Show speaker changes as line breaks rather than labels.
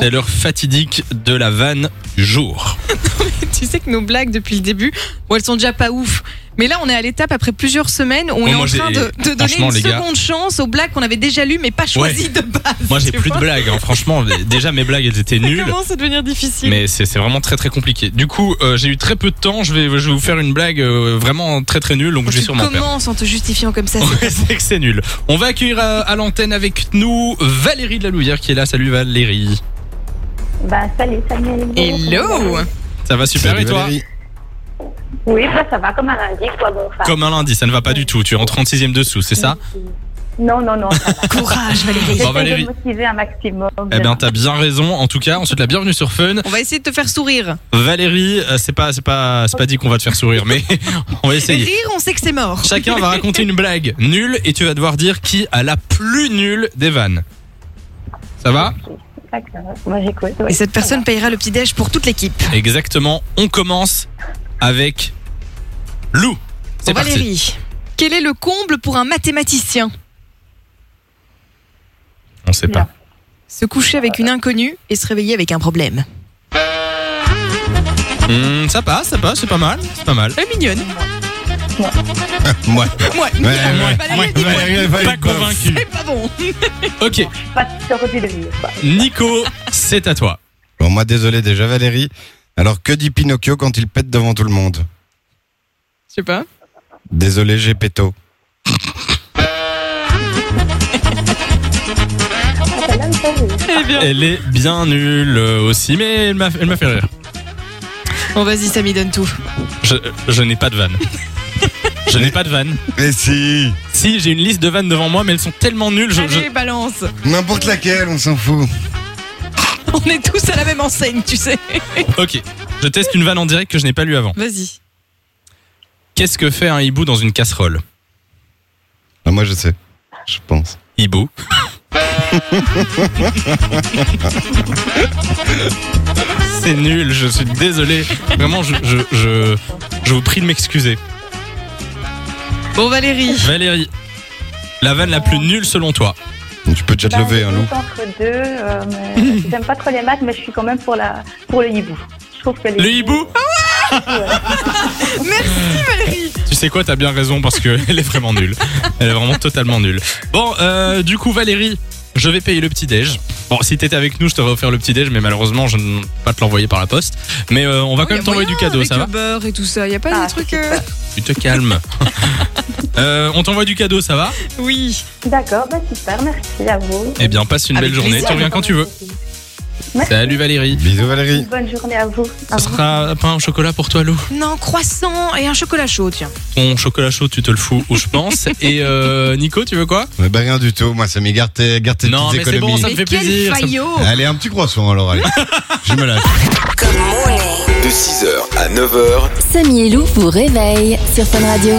C'est l'heure fatidique de la vanne du jour.
Tu sais que nos blagues depuis le début, bon, elles sont déjà pas ouf. Mais là, on est à l'étape après plusieurs semaines où on
Ouais,
est
moi,
en train
j'ai-
de, de donner
franchement,
une
les
seconde
gars-
chance aux blagues qu'on avait déjà lues mais pas choisies de base.
Moi, j'ai
tu
plus de
vois.
blagues. hein. Franchement, les- déjà mes blagues elles étaient
Ça
nulles,
commence à devenir difficile.
mais c'est c'est vraiment très très compliqué. Du coup, euh, j'ai eu très peu de temps. Je vais je vais vous faire une blague euh, vraiment très très nulle, donc
Quand
je vais
Oh, tu
sûrement perdre.
commences en te justifiant comme ça. c'est-
Ouais, c'est que c'est nul. On va accueillir à, à l'antenne avec nous Valérie de la Louvière qui est là. Salut Valérie.
Bah, salut, salut,
Hello
Ça va super et toi
Oui, bah, ça va comme un lundi, quoi, bon, enfin.
Comme un lundi, ça ne va pas du tout. Tu es en 36e dessous, c'est ça
Non, non, non. ça va.
Courage, Valérie.
Bon,
J'essaie
Valérie.
de motiver un maximum.
Eh bien, t'as bien raison. En tout cas, on te souhaite la bienvenue sur Fun.
On va essayer de te faire sourire.
Valérie, euh, c'est pas c'est pas c'est pas dit qu'on va te faire sourire, mais on va essayer.
Rire, on sait que c'est mort.
Chacun va raconter une blague nulle et tu vas devoir dire qui a la plus nulle des vannes. Ça va
D'accord. Moi, j'écoute. ouais.
Et cette personne payera le petit-déj pour toute l'équipe.
Exactement. On commence avec Lou. C'est
Bon,
parti.
Valérie, quel est le comble pour un mathématicien
On sait pas.
Se coucher avec une inconnue et se réveiller avec un problème.
Hmm, ça passe, ça passe, c'est pas mal, c'est pas mal.
Elle est mignonne.
Moi,
Moi, Bah,
ouais,
Valérie, dis-moi,
Valérie, Valérie,
Pas convaincu.
c'est pas bon.
Ok,
Pas sur du rire, quoi.
Nico, c'est à toi.
Bon, moi, désolé déjà, Valérie. Alors, que dit Pinocchio quand il pète devant tout le monde
Je sais pas.
Désolé, j'ai péto.
Ça donne pas rire.
Eh bien.
Elle est bien nulle euh, aussi, mais elle m'a elle m'a fait rire.
Bon, vas-y, Samy, donne tout.
Je, je n'ai pas de vanne. Je n'ai pas de vanne.
Mais si
Si, j'ai une liste de vannes devant moi, mais elles sont tellement nulles. Je, je-
Allez, balance.
N'importe laquelle, on s'en fout.
On est tous à la même enseigne, tu sais.
Ok, je teste une vanne en direct que je n'ai pas lu avant.
Vas-y.
Qu'est-ce que fait un hibou dans une casserole
Ah, moi, je sais. Je pense.
Hibou. C'est nul, je suis désolé. Vraiment, je, je, je, je vous prie de m'excuser.
Bon, Valérie.
Valérie, la vanne la plus nulle selon toi
Tu peux déjà te
Bah,
lever, hein, Lou.
j'hésite entre deux, euh, mais j'aime pas trop les maths, mais je suis quand même pour, la... pour le hibou. Je trouve que les
Le hibou
Merci, Valérie.
Tu sais quoi, t'as bien raison parce qu'elle est vraiment nulle. Elle est vraiment totalement nulle. Bon, euh, du coup, Valérie, je vais payer le petit-déj. Bon, si t'étais avec nous, je t'aurais offert le petit-déj, mais malheureusement, je ne peux pas te l'envoyer par la poste. Mais euh,
Oh,
on va quand même t'envoyer du cadeau,
avec
ça va
le beurre et tout ça. Y a pas
Ah,
des trucs.
c'est
euh,
Tu te calmes. Euh, on t'envoie du cadeau, ça va
Oui.
D'accord, bah super, merci à vous.
Eh bien, passe une
Avec
belle journée.
plaisir.
Tu reviens quand tu veux.
Merci.
Salut Valérie.
Bisous, Valérie.
Bonne journée à vous. Au
Ah
Ce
revoir.
sera un pain au chocolat pour toi, Lou.
Non, croissant et un chocolat chaud, tiens.
Ton chocolat chaud, tu te le fous où je pense. Et euh, Nico, tu veux quoi
Mais bah, rien du tout. Moi, ça m'est garde tes, garde tes
Non,
petites
mais c'est bon,
économies.
Ça me
Mais
fait
quel
plaisir, ça me-
faillot.
Allez, un petit croissant, alors, allez. je me lâche.
De 6h à 9h,
Samy et Lou vous réveille sur Fun Radio.